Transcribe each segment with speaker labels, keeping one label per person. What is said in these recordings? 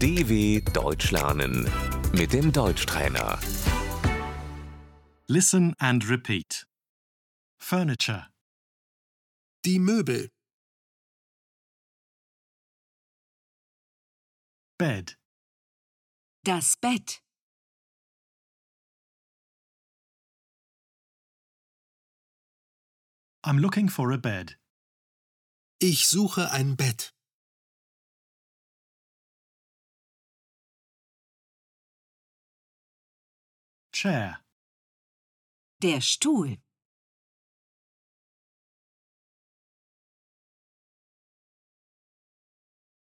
Speaker 1: DW Deutsch lernen mit dem Deutschtrainer.
Speaker 2: Listen and repeat. Furniture,
Speaker 3: Die Möbel,
Speaker 2: bed,
Speaker 4: Das Bett,
Speaker 2: I'm looking for a bed,
Speaker 3: ich suche ein Bett,
Speaker 2: chair,
Speaker 4: der Stuhl,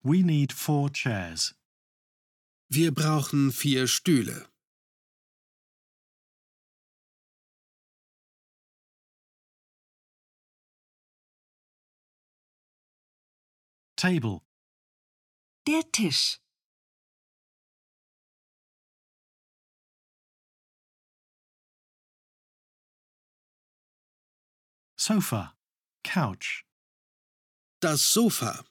Speaker 2: we need four chairs,
Speaker 3: wir brauchen vier Stühle,
Speaker 2: table,
Speaker 4: der Tisch,
Speaker 2: sofa, couch,
Speaker 3: das Sofa,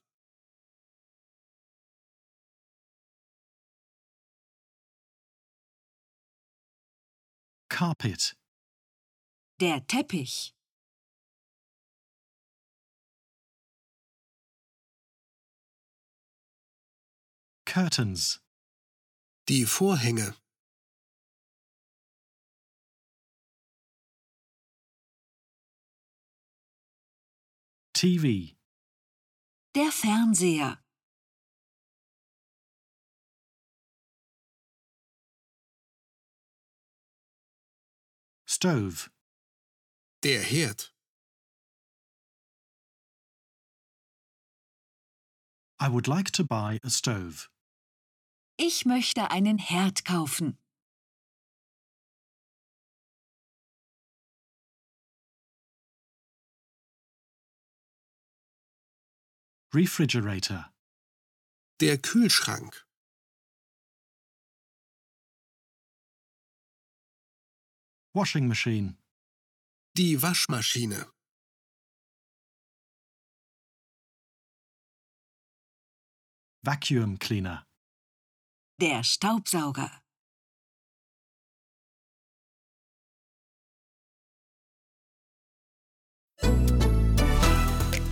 Speaker 2: carpet,
Speaker 4: der Teppich,
Speaker 2: curtains,
Speaker 3: die Vorhänge,
Speaker 2: TV,
Speaker 4: der Fernseher,
Speaker 2: stove,
Speaker 3: der Herd.
Speaker 2: I would like to buy a stove,
Speaker 4: ich möchte einen Herd kaufen,
Speaker 2: refrigerator,
Speaker 3: Der Kühlschrank,
Speaker 2: washing machine,
Speaker 3: die Waschmaschine,
Speaker 2: vacuum cleaner,
Speaker 4: der Staubsauger.